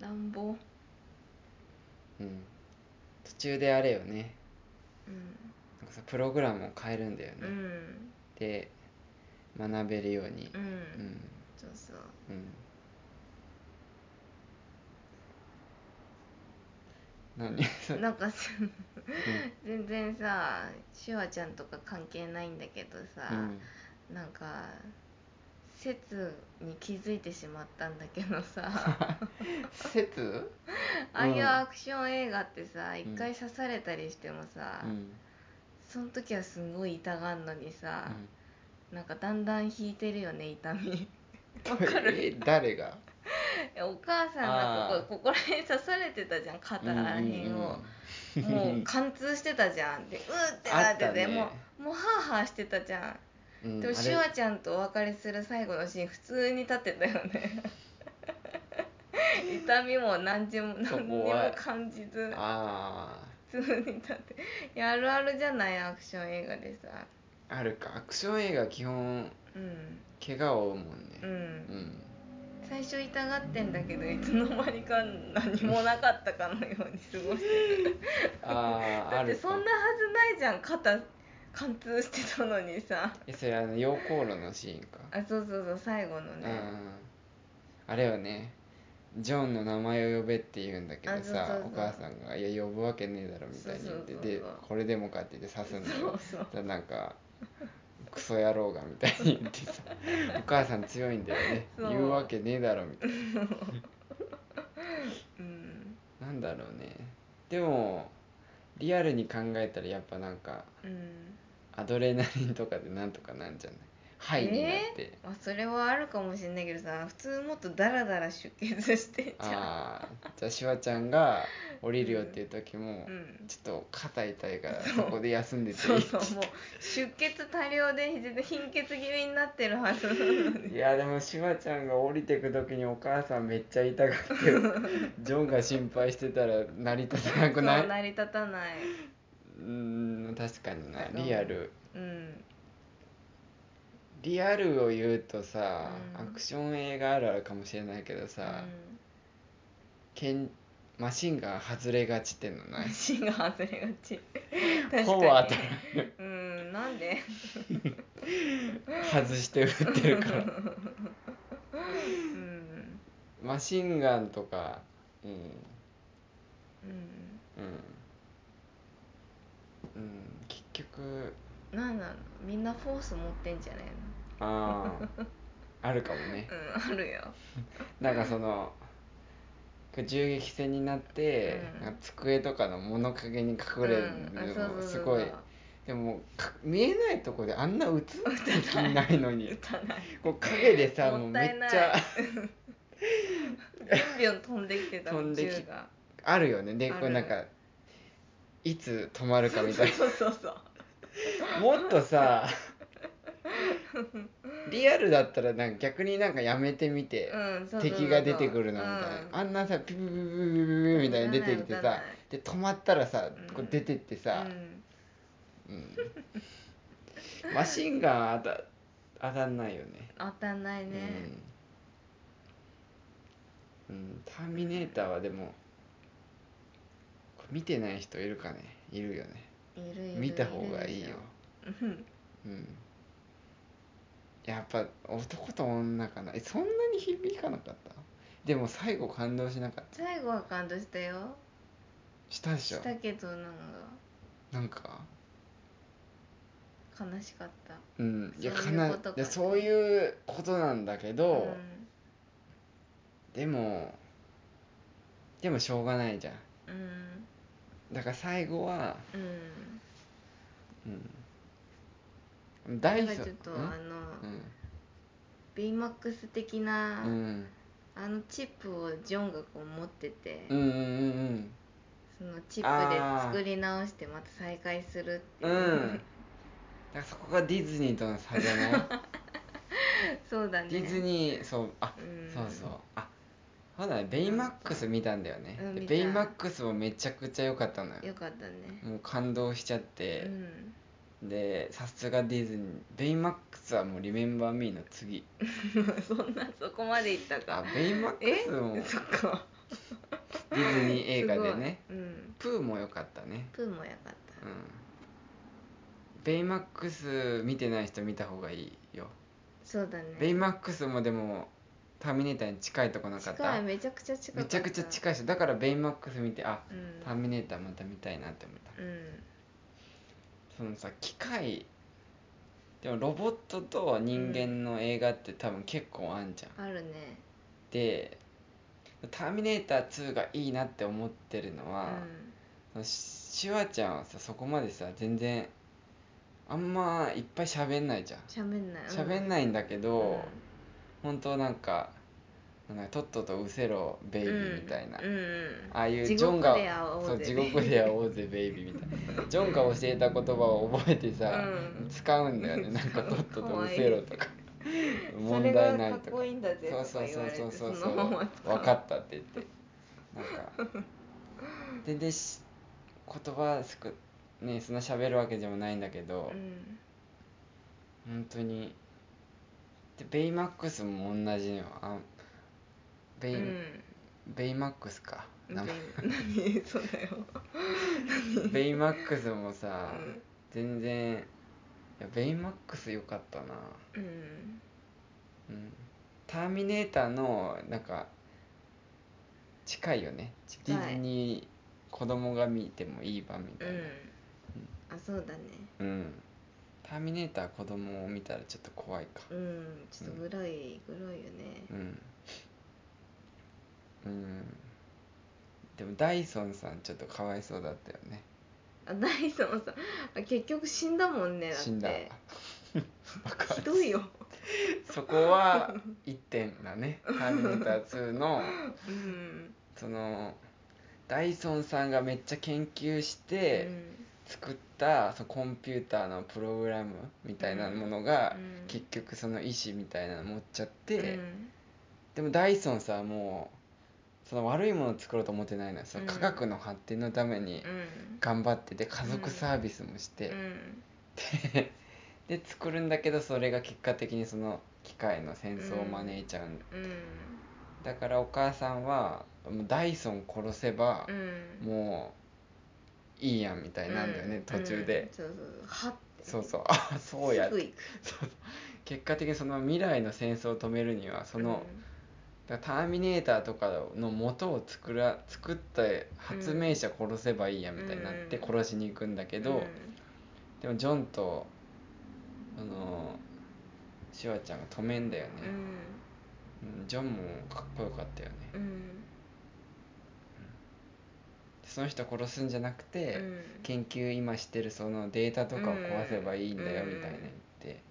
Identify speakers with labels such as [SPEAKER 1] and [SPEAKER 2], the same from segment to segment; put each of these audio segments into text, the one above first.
[SPEAKER 1] 乱暴
[SPEAKER 2] うん途中であれよね
[SPEAKER 1] うん
[SPEAKER 2] なんかさプログラムを変えるんだよね、
[SPEAKER 1] うん
[SPEAKER 2] で学べるように
[SPEAKER 1] うん、
[SPEAKER 2] うん
[SPEAKER 1] そうそう
[SPEAKER 2] うん何
[SPEAKER 1] なんかさ全然さシュワちゃんとか関係ないんだけどさ、
[SPEAKER 2] うん
[SPEAKER 1] なんか説に気づいてしまったんだけど さ
[SPEAKER 2] 説
[SPEAKER 1] ああいうアクション映画ってさ一
[SPEAKER 2] うん
[SPEAKER 1] 回刺されたりしてもさ、
[SPEAKER 2] うん
[SPEAKER 1] その時はすごい痛がんのにさ
[SPEAKER 2] う、ん
[SPEAKER 1] なんかだんだん引いてるよね痛み
[SPEAKER 2] え誰が
[SPEAKER 1] えお母さんが
[SPEAKER 2] あー
[SPEAKER 1] ここここら辺刺されてたじゃん肩らへんを。
[SPEAKER 2] うんうん
[SPEAKER 1] もう貫通してたじゃんでうーってな
[SPEAKER 2] あ
[SPEAKER 1] っ
[SPEAKER 2] ってた
[SPEAKER 1] て、
[SPEAKER 2] ね
[SPEAKER 1] もうもうハーハーしてたじゃ
[SPEAKER 2] うん
[SPEAKER 1] ん
[SPEAKER 2] うん
[SPEAKER 1] でも
[SPEAKER 2] あれ
[SPEAKER 1] シュワちゃんとお別れする最後のシーン普通に立ってたよね痛みも何時も
[SPEAKER 2] そ
[SPEAKER 1] 何に
[SPEAKER 2] こ
[SPEAKER 1] も
[SPEAKER 2] は
[SPEAKER 1] 感じず
[SPEAKER 2] あ
[SPEAKER 1] 普通に立っていやあるあるじゃないアクション映画でさ
[SPEAKER 2] ーあるかアクション映画は基本
[SPEAKER 1] うん
[SPEAKER 2] 怪我を負うもん
[SPEAKER 1] うん
[SPEAKER 2] ねう、ん
[SPEAKER 1] 最初痛がってんだけどいつの間にか何もなかったかのように過ごして
[SPEAKER 2] あー
[SPEAKER 1] だ
[SPEAKER 2] あ
[SPEAKER 1] って
[SPEAKER 2] る
[SPEAKER 1] そ
[SPEAKER 2] か
[SPEAKER 1] んなはずないじゃん肩貫通してたのにさ
[SPEAKER 2] えそれあの溶鉱炉のシーンか
[SPEAKER 1] あそうそうそう最後の
[SPEAKER 2] う
[SPEAKER 1] ね、
[SPEAKER 2] んあれはねジョンの名前を呼べって言うんだけど
[SPEAKER 1] あそうそう
[SPEAKER 2] さ
[SPEAKER 1] そう
[SPEAKER 2] お母さんが「いや呼ぶわけねえだろ」みたいに言っ
[SPEAKER 1] そうそ
[SPEAKER 2] て
[SPEAKER 1] うそう
[SPEAKER 2] でこれでもかって言って刺すんだよ
[SPEAKER 1] そう
[SPEAKER 2] だからなんか「クソ野郎が」みたいに言って さ「お母さん強いんだよね
[SPEAKER 1] そう
[SPEAKER 2] 言うわけねえだろ」みたい
[SPEAKER 1] うん
[SPEAKER 2] ななんだろうねでもリアルに考えたらやっぱなんか
[SPEAKER 1] うん
[SPEAKER 2] アドレナリンとかでなんとかなんじゃないハイになって、
[SPEAKER 1] まあそれはあるかもしれないけどさ普通もっとダラダラ出血してんじゃ
[SPEAKER 2] ああじゃあシュワちゃんが降りるよっていう時も、
[SPEAKER 1] んうん
[SPEAKER 2] ちょっと肩痛いからそこで休んでて
[SPEAKER 1] そうそうもう出血多量でひで貧血気味になってるはずなのに
[SPEAKER 2] いやでもシュワちゃんが降りてく時にお母さんめっちゃ痛がってる ジョンが心配してたら成り立たな
[SPEAKER 1] そ
[SPEAKER 2] く
[SPEAKER 1] う
[SPEAKER 2] ない
[SPEAKER 1] 成り立たないう
[SPEAKER 2] ーん確かにな
[SPEAKER 1] うん
[SPEAKER 2] リアル
[SPEAKER 1] うん
[SPEAKER 2] リアルを言うとさ、
[SPEAKER 1] うん
[SPEAKER 2] アクション映画あるあるかもしれないけどさ、けんマシンガン外れがちってのない
[SPEAKER 1] うん、芯が外れがち
[SPEAKER 2] ほぼ当た
[SPEAKER 1] うんなんで
[SPEAKER 2] ら外して打ってるから
[SPEAKER 1] うん
[SPEAKER 2] マシンガンとかうん
[SPEAKER 1] うん
[SPEAKER 2] うん、うん、結局
[SPEAKER 1] なんなのみんなフォース持ってんじゃない
[SPEAKER 2] あ ああるかもね
[SPEAKER 1] のうんあるよ
[SPEAKER 2] なんかその銃撃戦になって、
[SPEAKER 1] うん
[SPEAKER 2] なんか机とかの物陰に隠れる
[SPEAKER 1] うんあそう
[SPEAKER 2] の
[SPEAKER 1] そう
[SPEAKER 2] も
[SPEAKER 1] そう
[SPEAKER 2] すごい、でももうか見えないとこであんな撃つ気ないの に
[SPEAKER 1] 打たない
[SPEAKER 2] こう影でさも
[SPEAKER 1] も
[SPEAKER 2] う
[SPEAKER 1] った
[SPEAKER 2] め
[SPEAKER 1] い
[SPEAKER 2] っ
[SPEAKER 1] ない
[SPEAKER 2] ちゃ
[SPEAKER 1] ビュンビュン飛んできてたも
[SPEAKER 2] 飛
[SPEAKER 1] ん
[SPEAKER 2] んでき
[SPEAKER 1] 銃が
[SPEAKER 2] あるよねで
[SPEAKER 1] ある
[SPEAKER 2] こうなんかいつ止まるかみたい
[SPEAKER 1] そうそうそう
[SPEAKER 2] なもっとさリアルだったらなんか逆になんかやめてみて、
[SPEAKER 1] うんそうそうそう
[SPEAKER 2] 敵が出てくるのみたいな、
[SPEAKER 1] うん
[SPEAKER 2] あんなさピュピュピュピュピュピュみたいに出てきて
[SPEAKER 1] 打たない打
[SPEAKER 2] さ
[SPEAKER 1] たない
[SPEAKER 2] で止まったらさ、
[SPEAKER 1] うん
[SPEAKER 2] こう出てってさ
[SPEAKER 1] う、ん
[SPEAKER 2] うんマシンガン当た当たんないよね
[SPEAKER 1] 当たんないね
[SPEAKER 2] うん、うん、ターミネーターはでもこれ見てない人いるかねいるよね
[SPEAKER 1] いるいる
[SPEAKER 2] 見た方がいいよ
[SPEAKER 1] るでしょうん
[SPEAKER 2] うんやっぱ男と女かなえそんなに響かなかったでも最後感動しなかった
[SPEAKER 1] 最後は感動したよ
[SPEAKER 2] したでしょ
[SPEAKER 1] したけどなん
[SPEAKER 2] なんか
[SPEAKER 1] か悲しかった
[SPEAKER 2] うんいや
[SPEAKER 1] そう
[SPEAKER 2] か
[SPEAKER 1] いう
[SPEAKER 2] な
[SPEAKER 1] ことか
[SPEAKER 2] いやそういうことなんだけど、でもでもしょうがないじゃん
[SPEAKER 1] うんうん
[SPEAKER 2] だから最後は、
[SPEAKER 1] うん
[SPEAKER 2] うん、ダ
[SPEAKER 1] な
[SPEAKER 2] イ
[SPEAKER 1] んか
[SPEAKER 2] ソン
[SPEAKER 1] ちょっとあの
[SPEAKER 2] ん
[SPEAKER 1] ベイマックス的な
[SPEAKER 2] うんうん
[SPEAKER 1] あのチップをジョンがこう持ってて
[SPEAKER 2] うんうん
[SPEAKER 1] そのチップで作り直してまた再開するって
[SPEAKER 2] うんう
[SPEAKER 1] いうん
[SPEAKER 2] うんだからそこがディズニーとの差じゃない
[SPEAKER 1] そうだね
[SPEAKER 2] ディズニーそうあ
[SPEAKER 1] うん
[SPEAKER 2] そうそうあそうだねベイマックス見たんだよね、
[SPEAKER 1] うん
[SPEAKER 2] で
[SPEAKER 1] 見た
[SPEAKER 2] ベイマックスもめちゃくちゃ良かったのよ
[SPEAKER 1] よかったね
[SPEAKER 2] もう感動しちゃって、
[SPEAKER 1] うん
[SPEAKER 2] でさすがディズニーベイマックスはもう「リメンバー・ミー」の次
[SPEAKER 1] そんなそこまでいった
[SPEAKER 2] あ
[SPEAKER 1] か
[SPEAKER 2] ベイマック
[SPEAKER 1] え
[SPEAKER 2] スも
[SPEAKER 1] そっか
[SPEAKER 2] ディズニー映画でね
[SPEAKER 1] すごいうん
[SPEAKER 2] プーも良かったね
[SPEAKER 1] プーもやかった
[SPEAKER 2] うんベイマックス見てない人見た方がいいよ
[SPEAKER 1] そうだね
[SPEAKER 2] ベイマックスもでもターミネーターに近いとこなかった
[SPEAKER 1] 近いめちゃくちゃ近か
[SPEAKER 2] め
[SPEAKER 1] っ
[SPEAKER 2] ち
[SPEAKER 1] た
[SPEAKER 2] ゃくちゃ近いしだからベイマックス見てあ
[SPEAKER 1] うん
[SPEAKER 2] ターミネーターまた見たいなって思った
[SPEAKER 1] うん
[SPEAKER 2] そのさ機械でもロボットと人間の映画って多分結構あんじゃん、
[SPEAKER 1] あるね
[SPEAKER 2] で「ターミネーター2」がいいなって思ってるの
[SPEAKER 1] う
[SPEAKER 2] は、
[SPEAKER 1] ん
[SPEAKER 2] そのシシュワちゃんはさそこまでさ全然あんまいっぱい喋んないじゃん
[SPEAKER 1] 喋んない
[SPEAKER 2] 喋ん
[SPEAKER 1] い
[SPEAKER 2] ないんだけど、
[SPEAKER 1] うん
[SPEAKER 2] 本当なんかなんかとっとと失せろベイビーみたいな、
[SPEAKER 1] うんうん
[SPEAKER 2] ああいう
[SPEAKER 1] 地
[SPEAKER 2] ジョン
[SPEAKER 1] 獄
[SPEAKER 2] が
[SPEAKER 1] で会おう
[SPEAKER 2] そう
[SPEAKER 1] ぜ
[SPEAKER 2] 地獄で会おうぜベイビーみたいなジョンが教えた言葉を覚えてさ、
[SPEAKER 1] うん
[SPEAKER 2] 使うんだよねなんかとっとと失せろとか
[SPEAKER 1] そ
[SPEAKER 2] 問
[SPEAKER 1] れ
[SPEAKER 2] 題
[SPEAKER 1] が
[SPEAKER 2] ない
[SPEAKER 1] か
[SPEAKER 2] と
[SPEAKER 1] っ
[SPEAKER 2] か
[SPEAKER 1] こいいんだぜと
[SPEAKER 2] そ
[SPEAKER 1] か
[SPEAKER 2] うそ
[SPEAKER 1] 言わ
[SPEAKER 2] う
[SPEAKER 1] れて
[SPEAKER 2] そうそうそ
[SPEAKER 1] そうのまま
[SPEAKER 2] 分かったって言ってなんか全然し言葉すくねそんな喋るわけでもないんだけど、
[SPEAKER 1] うん
[SPEAKER 2] 本当にでベイマックスも同じよあベイ,、
[SPEAKER 1] うん
[SPEAKER 2] ベイマックスか名前
[SPEAKER 1] 何そうだよ
[SPEAKER 2] ベイマックスもさ、
[SPEAKER 1] うん
[SPEAKER 2] 全然いやベイマックス良かったな
[SPEAKER 1] うん
[SPEAKER 2] うんターミネーターのなんか近いよねデ
[SPEAKER 1] い
[SPEAKER 2] ィズニー子供が見てもいい版み
[SPEAKER 1] う
[SPEAKER 2] たいな、
[SPEAKER 1] んあそうだね
[SPEAKER 2] うんターミネーター子供を見たらちょっと怖いか
[SPEAKER 1] うんちょっとグロいグロいよね
[SPEAKER 2] うん、うん、でもダイソンさんちょっとかわいそうだったよね
[SPEAKER 1] あダイソンさんあ結局死んだもんねだって
[SPEAKER 2] 死 んだわか
[SPEAKER 1] ひ
[SPEAKER 2] る
[SPEAKER 1] どい よ
[SPEAKER 2] そこは1点だね「ターミネーター2」の
[SPEAKER 1] うん
[SPEAKER 2] そのダイソンさんがめっちゃ研究して、
[SPEAKER 1] うん
[SPEAKER 2] 作ったそのコンピューターのプログラムみたいなものが、
[SPEAKER 1] うん
[SPEAKER 2] 結局その意思みたいなの持っちゃって、
[SPEAKER 1] うん
[SPEAKER 2] でもダイソンさもうその悪いものを作ろうと思ってないのよその
[SPEAKER 1] うん
[SPEAKER 2] 科学の発展のために
[SPEAKER 1] うん
[SPEAKER 2] 頑張ってて家族サービスもして、
[SPEAKER 1] うん
[SPEAKER 2] で作るんだけどそれが結果的にその機械の戦争を招いちゃうんだ、
[SPEAKER 1] うん
[SPEAKER 2] だからお母さんはもうダイソン殺せば
[SPEAKER 1] う、ん
[SPEAKER 2] もういいやんみたいになんだよね、
[SPEAKER 1] う
[SPEAKER 2] 途中で。
[SPEAKER 1] うんそうそうそうはって
[SPEAKER 2] そう そうあそうや
[SPEAKER 1] すぐ行く
[SPEAKER 2] そう結果的にその未来の戦争を止めるにはその、だからターミネーターとかの元を作ら作った発明者殺せばいいやみたいになって
[SPEAKER 1] うん
[SPEAKER 2] 殺しに行くんだけ
[SPEAKER 1] け
[SPEAKER 2] ど、でもジョンとあのシュワちゃんが止めんだよね、うんジョンもかっこよかったよね、
[SPEAKER 1] うんうん
[SPEAKER 2] その人殺すんじゃなくて、
[SPEAKER 1] うん
[SPEAKER 2] 研究今してるそのデータとかを壊せばいいんだよ
[SPEAKER 1] うん
[SPEAKER 2] みたいな言って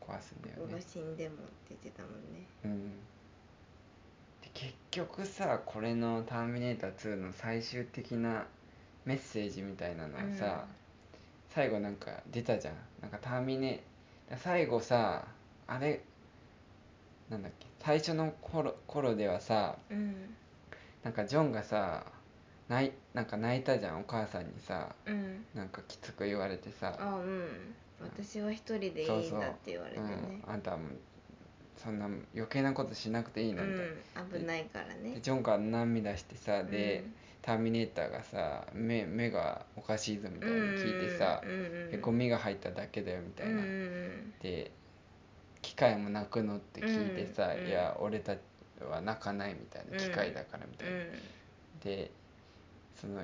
[SPEAKER 2] 壊すんだよね、
[SPEAKER 1] 僕が死んでもって言ってたもんね
[SPEAKER 2] うんで結局さこれの「ターミネーター2」の最終的なメッセージみたいなのはさ、最後なんか出たじゃんなんかターミネ最後さあれなんだっけ最初の頃頃ではさ
[SPEAKER 1] うん
[SPEAKER 2] なんかジョンがさ泣いなんか泣いたじゃんお母さんにさ
[SPEAKER 1] うん
[SPEAKER 2] なんかきつく言われてさ
[SPEAKER 1] あうん私は一人でいいんだって言われてね
[SPEAKER 2] うん、あんたはもうそんな余計なことしなくていいうのみたいな、
[SPEAKER 1] ん危ないから
[SPEAKER 2] で
[SPEAKER 1] ね
[SPEAKER 2] ジョンが涙してさで、
[SPEAKER 1] うん
[SPEAKER 2] ターミネーターがさ目目がおかしいぞみたいなの聞いてさ、
[SPEAKER 1] うんうん
[SPEAKER 2] でゴミが入っただけだよみたいな、
[SPEAKER 1] うんうん
[SPEAKER 2] で機械も泣くのって聞いてさ、
[SPEAKER 1] うん
[SPEAKER 2] いや俺たちは泣かないみたいな
[SPEAKER 1] うん
[SPEAKER 2] 機械だからみた
[SPEAKER 1] う
[SPEAKER 2] いな、
[SPEAKER 1] ん
[SPEAKER 2] でその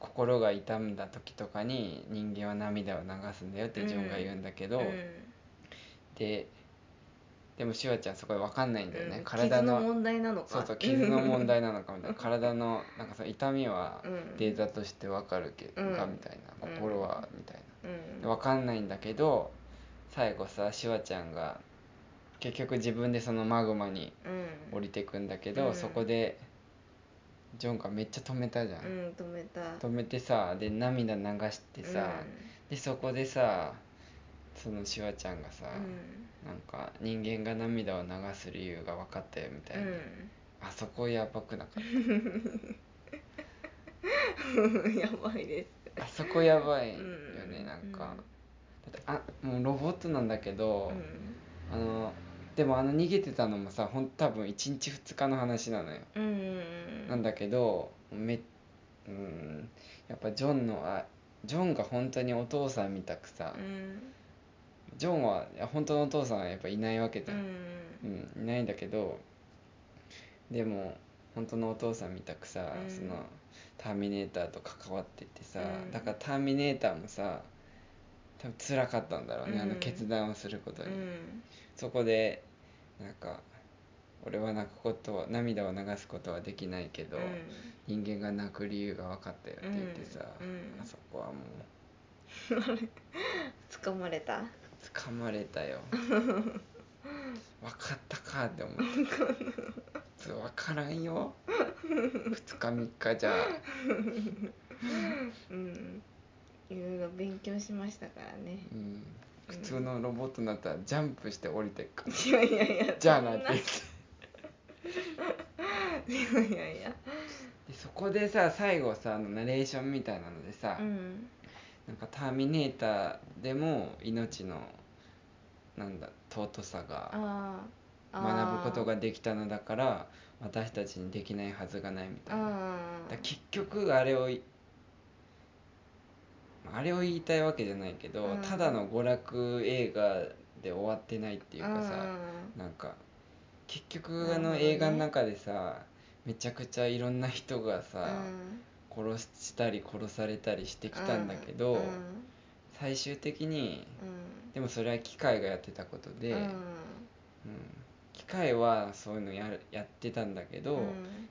[SPEAKER 2] 心が痛んだ時とかに人間は涙を流すんだよってジョンが言うんだけど、
[SPEAKER 1] うん
[SPEAKER 2] ででもシュワちゃんそこで分かんないんだよね、
[SPEAKER 1] うん
[SPEAKER 2] 体の
[SPEAKER 1] 傷の問題なのか
[SPEAKER 2] そうそう傷の問題
[SPEAKER 1] な
[SPEAKER 2] なのかみた いな体のなんかその痛みは
[SPEAKER 1] うん
[SPEAKER 2] データとしてわかるけど、
[SPEAKER 1] うん
[SPEAKER 2] がみたいな
[SPEAKER 1] うん
[SPEAKER 2] 心はみたい
[SPEAKER 1] うん
[SPEAKER 2] なわかんないんだけど最後さシュワちゃんが結局自分でそのマグマに
[SPEAKER 1] うん
[SPEAKER 2] 降りてくんだけど、
[SPEAKER 1] うん
[SPEAKER 2] そこでジョンがめっちゃ止めたじゃん、
[SPEAKER 1] うん止めた
[SPEAKER 2] 止めてさで涙流してさ、でそこでさそのシュワちゃんがさ、
[SPEAKER 1] うん
[SPEAKER 2] なんか人間が涙を流す理由が分かったよみたいな、あそこやばくなかった
[SPEAKER 1] うん やばいです
[SPEAKER 2] あそこやばいよね、
[SPEAKER 1] うん
[SPEAKER 2] なんか、だってあもうロボットなんだけど、
[SPEAKER 1] うん
[SPEAKER 2] あのでもあの逃げてたのもさほん多分1日2日の話なのよ、
[SPEAKER 1] うんうんう
[SPEAKER 2] なんんだけどめうんやっぱジョンのあジョンが本当にお父さんみたくさ、
[SPEAKER 1] うん
[SPEAKER 2] ジョンはいや本当のお父さんはやっぱいないわけじ
[SPEAKER 1] う
[SPEAKER 2] ゃん、
[SPEAKER 1] ん
[SPEAKER 2] うんいないんだけどでも本当のお父さんみたくさ、
[SPEAKER 1] うん
[SPEAKER 2] そのターミネーターと関わっててさ、
[SPEAKER 1] うん
[SPEAKER 2] だからターミネーターもさ多分辛かったんだろうね、あの
[SPEAKER 1] うん
[SPEAKER 2] 決断をすること
[SPEAKER 1] う
[SPEAKER 2] に、
[SPEAKER 1] ん
[SPEAKER 2] そこでなんか俺は泣くことは涙を流すことはできないけど、人間が泣く理由が分かったよって言ってさ、
[SPEAKER 1] うんうん
[SPEAKER 2] あそこはもう
[SPEAKER 1] 掴まれた
[SPEAKER 2] 掴まれたよ分かったかって思ったそう分からんよ2日3日じゃ
[SPEAKER 1] うんいろいろ勉強しましたからね
[SPEAKER 2] うん普通のロボットになったらジャンプして降りてっか
[SPEAKER 1] いやいやいや
[SPEAKER 2] じゃあなって言って
[SPEAKER 1] いやいやいや
[SPEAKER 2] でそこでさ最後さあのナレーションみたいなのでさ、
[SPEAKER 1] うん
[SPEAKER 2] なんか「ターミネーター」でも命のなんだ尊さが
[SPEAKER 1] ああ
[SPEAKER 2] 学ぶことができたのだから私たちにできないはずがないみたいな
[SPEAKER 1] あ
[SPEAKER 2] だ結局あれをいあれを言いたいわけじゃないけど、
[SPEAKER 1] うん
[SPEAKER 2] ただの娯楽映画で終わってないっていうかさ、なんか結局あ
[SPEAKER 1] なるほど
[SPEAKER 2] の
[SPEAKER 1] ね
[SPEAKER 2] 映画の中でさ、めちゃくちゃいろんな人がさ、殺したり殺されたりしてきたんだけど、
[SPEAKER 1] うん
[SPEAKER 2] 最終的にでもそれは機械がやってたことで、うん機械はそういうのやるやってたんだけど、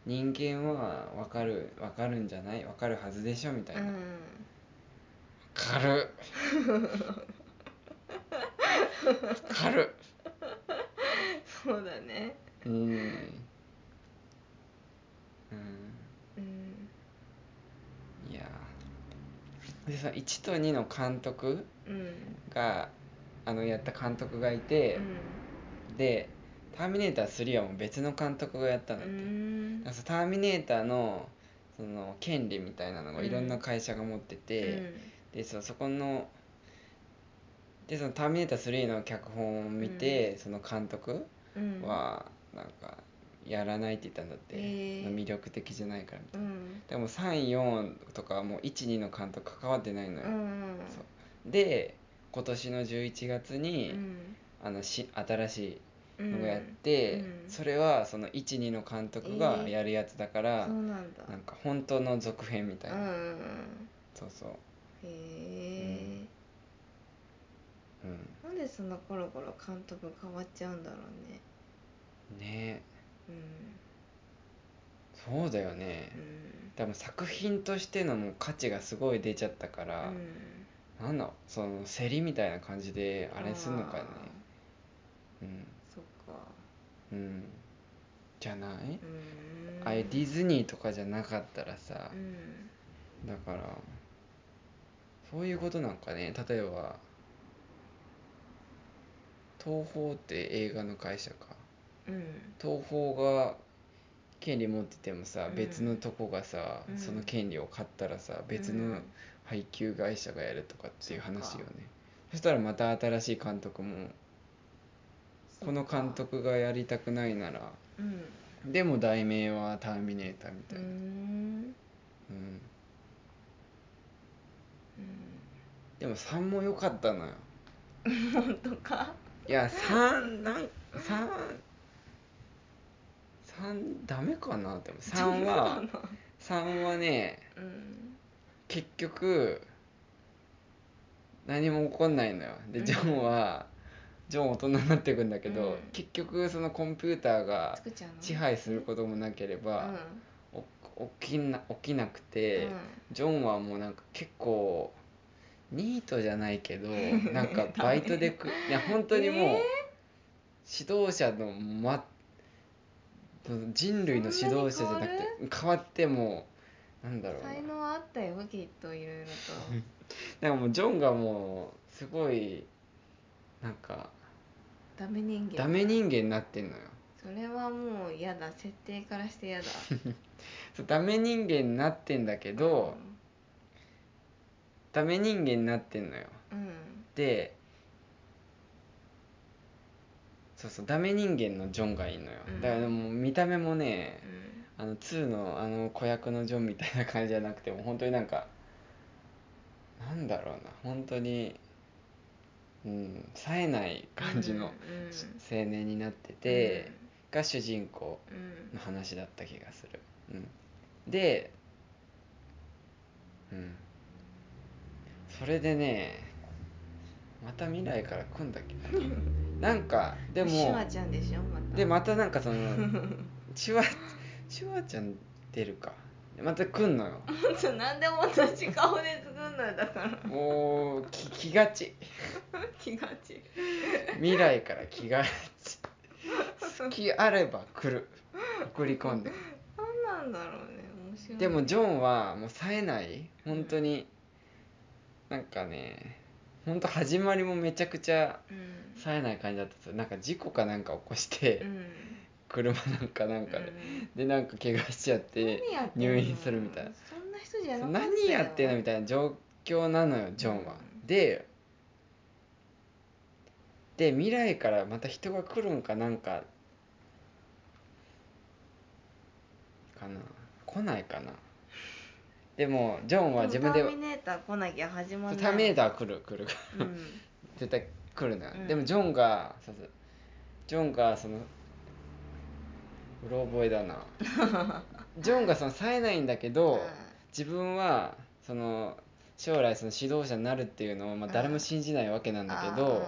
[SPEAKER 2] 人間は分かる分かるんじゃない分かるはずでしょみたいな、分かる分かる
[SPEAKER 1] そうだね
[SPEAKER 2] うんうん
[SPEAKER 1] うん
[SPEAKER 2] いやーでさ1と2の監督
[SPEAKER 1] うん
[SPEAKER 2] があのやった監督がいて、で「ターミネーター3」はもう別の監督がやったのって、だからさターミネーターのその権利みたいなのがいろんな会社が持ってて、でそそこのでその「ターミネーター3」の脚本を見て、その監督はなんかやらないって言ったんだって、
[SPEAKER 1] へー
[SPEAKER 2] 魅力的じゃないからみたい
[SPEAKER 1] うん
[SPEAKER 2] なでも34とかはもう12の監督関わってないのよ
[SPEAKER 1] う、ん
[SPEAKER 2] で今年の11月に、
[SPEAKER 1] うん
[SPEAKER 2] あのし新し
[SPEAKER 1] う
[SPEAKER 2] いの
[SPEAKER 1] ん
[SPEAKER 2] をやって、
[SPEAKER 1] うん
[SPEAKER 2] それはその12の監督がやるやつだから、
[SPEAKER 1] そうなんだ
[SPEAKER 2] なんか本当の続編みたいな、
[SPEAKER 1] うん
[SPEAKER 2] そうそう
[SPEAKER 1] へえ
[SPEAKER 2] うん
[SPEAKER 1] なんでそんなコロコロ監督変わっちゃうんだろうね
[SPEAKER 2] ね
[SPEAKER 1] う
[SPEAKER 2] え
[SPEAKER 1] ん
[SPEAKER 2] そうだよね、
[SPEAKER 1] うん
[SPEAKER 2] 多分作品としてのもう価値がすごい出ちゃったから、
[SPEAKER 1] うん
[SPEAKER 2] なんだその競りみたいな感じであれすんのかねうん
[SPEAKER 1] ーそっか
[SPEAKER 2] うんじゃない、
[SPEAKER 1] うーん
[SPEAKER 2] あれディズニーとかじゃなかったらさ
[SPEAKER 1] う、ん
[SPEAKER 2] だからそういうことなんかね例えば東宝って映画の会社か
[SPEAKER 1] うん
[SPEAKER 2] 東宝が権利持っててもさ、
[SPEAKER 1] うん
[SPEAKER 2] 別のとこがさ、
[SPEAKER 1] うん
[SPEAKER 2] その権利を買ったらさ別
[SPEAKER 1] う
[SPEAKER 2] の
[SPEAKER 1] ん
[SPEAKER 2] 配給会社がやるとかっていう話よね
[SPEAKER 1] そっか
[SPEAKER 2] そしたらまた新しい監督もこの監督がやりたくないなら
[SPEAKER 1] うん
[SPEAKER 2] でも題名は「ターミネーター」み
[SPEAKER 1] う
[SPEAKER 2] たい
[SPEAKER 1] ー
[SPEAKER 2] な、
[SPEAKER 1] ん
[SPEAKER 2] うん
[SPEAKER 1] うん
[SPEAKER 2] でも3も良かったのよ
[SPEAKER 1] 本当か
[SPEAKER 2] いや3なん三三ダメかなでも3は3はね
[SPEAKER 1] うん
[SPEAKER 2] 結局何も起こんないのよでジョンはジョン大人になっていくんだけど、
[SPEAKER 1] うん
[SPEAKER 2] 結局そのコンピューターが
[SPEAKER 1] 作っちゃうの
[SPEAKER 2] 支配することもなけれ
[SPEAKER 1] う
[SPEAKER 2] ば、
[SPEAKER 1] ん
[SPEAKER 2] お起きな起きなくて、
[SPEAKER 1] うん
[SPEAKER 2] ジョンはもうなんか結構ニートじゃない けどなんかバイトでくいや本当にもう、指導者の、ま、人類の指導者じゃなくて変わってもうなんだろうな
[SPEAKER 1] 才能はあったよきっといろいろと
[SPEAKER 2] なんかもうジョンがもうすごいなんか
[SPEAKER 1] ダメ人間
[SPEAKER 2] ダメ人間になってんのよ
[SPEAKER 1] それはもう嫌だ設定からして 嫌だ
[SPEAKER 2] そうダメ人間になってんだけど、ダメ人間になってんのよ
[SPEAKER 1] うん
[SPEAKER 2] でそうそうダメ人間のジョンがいいのよ、
[SPEAKER 1] うん
[SPEAKER 2] だからもう見た目もね
[SPEAKER 1] うん
[SPEAKER 2] あの2のあの子役のジョンみたいな感じじゃなくてもう本当になんかなんだろうな本当にうん冴えない感じ
[SPEAKER 1] うん
[SPEAKER 2] の青年になってて、が主人公
[SPEAKER 1] うんうん
[SPEAKER 2] の話だった気がする、うん、で、うん、それでねまた未来から来んだっけななんかで も
[SPEAKER 1] シュワちゃんでしょまた
[SPEAKER 2] でまたなん かそのチワチワちゃん出るかまた来んのよ
[SPEAKER 1] ほんとなんで同じ顔で作んのよだから
[SPEAKER 2] もうき来がち
[SPEAKER 1] 気がち
[SPEAKER 2] 未来から来がち隙あれば来る送り込んで
[SPEAKER 1] なんなんだろうね面白い
[SPEAKER 2] でもジョンはもう冴えない本当になんかね本当始まりもめちゃくちゃ
[SPEAKER 1] うん
[SPEAKER 2] 冴えない感じだったんですよなんか事故かなんか起こして
[SPEAKER 1] うん
[SPEAKER 2] 車なんかなんか
[SPEAKER 1] う
[SPEAKER 2] で
[SPEAKER 1] ん
[SPEAKER 2] でなんか怪我しちゃって
[SPEAKER 1] 何やってんの
[SPEAKER 2] 入院するみたいな
[SPEAKER 1] そんな人じゃなかったよ
[SPEAKER 2] 何やってんのみたいな状況なのよジョンは。でで未来からまた人が来るんかなんかかな来ないかなでもジョンは自分で
[SPEAKER 1] でもターミネーター来なきゃ始まんない
[SPEAKER 2] ターミネーター来る来る
[SPEAKER 1] ーうん
[SPEAKER 2] 絶対来るのよ、
[SPEAKER 1] うん
[SPEAKER 2] でもジョンがそうそうジョンがそのうろ覚え だなジョンがその冴えないんだけど、
[SPEAKER 1] うん
[SPEAKER 2] 自分はその将来その指導者になるっていうのをまあ
[SPEAKER 1] うん
[SPEAKER 2] 誰も信じないわけなんだけ
[SPEAKER 1] あ
[SPEAKER 2] ど、
[SPEAKER 1] ー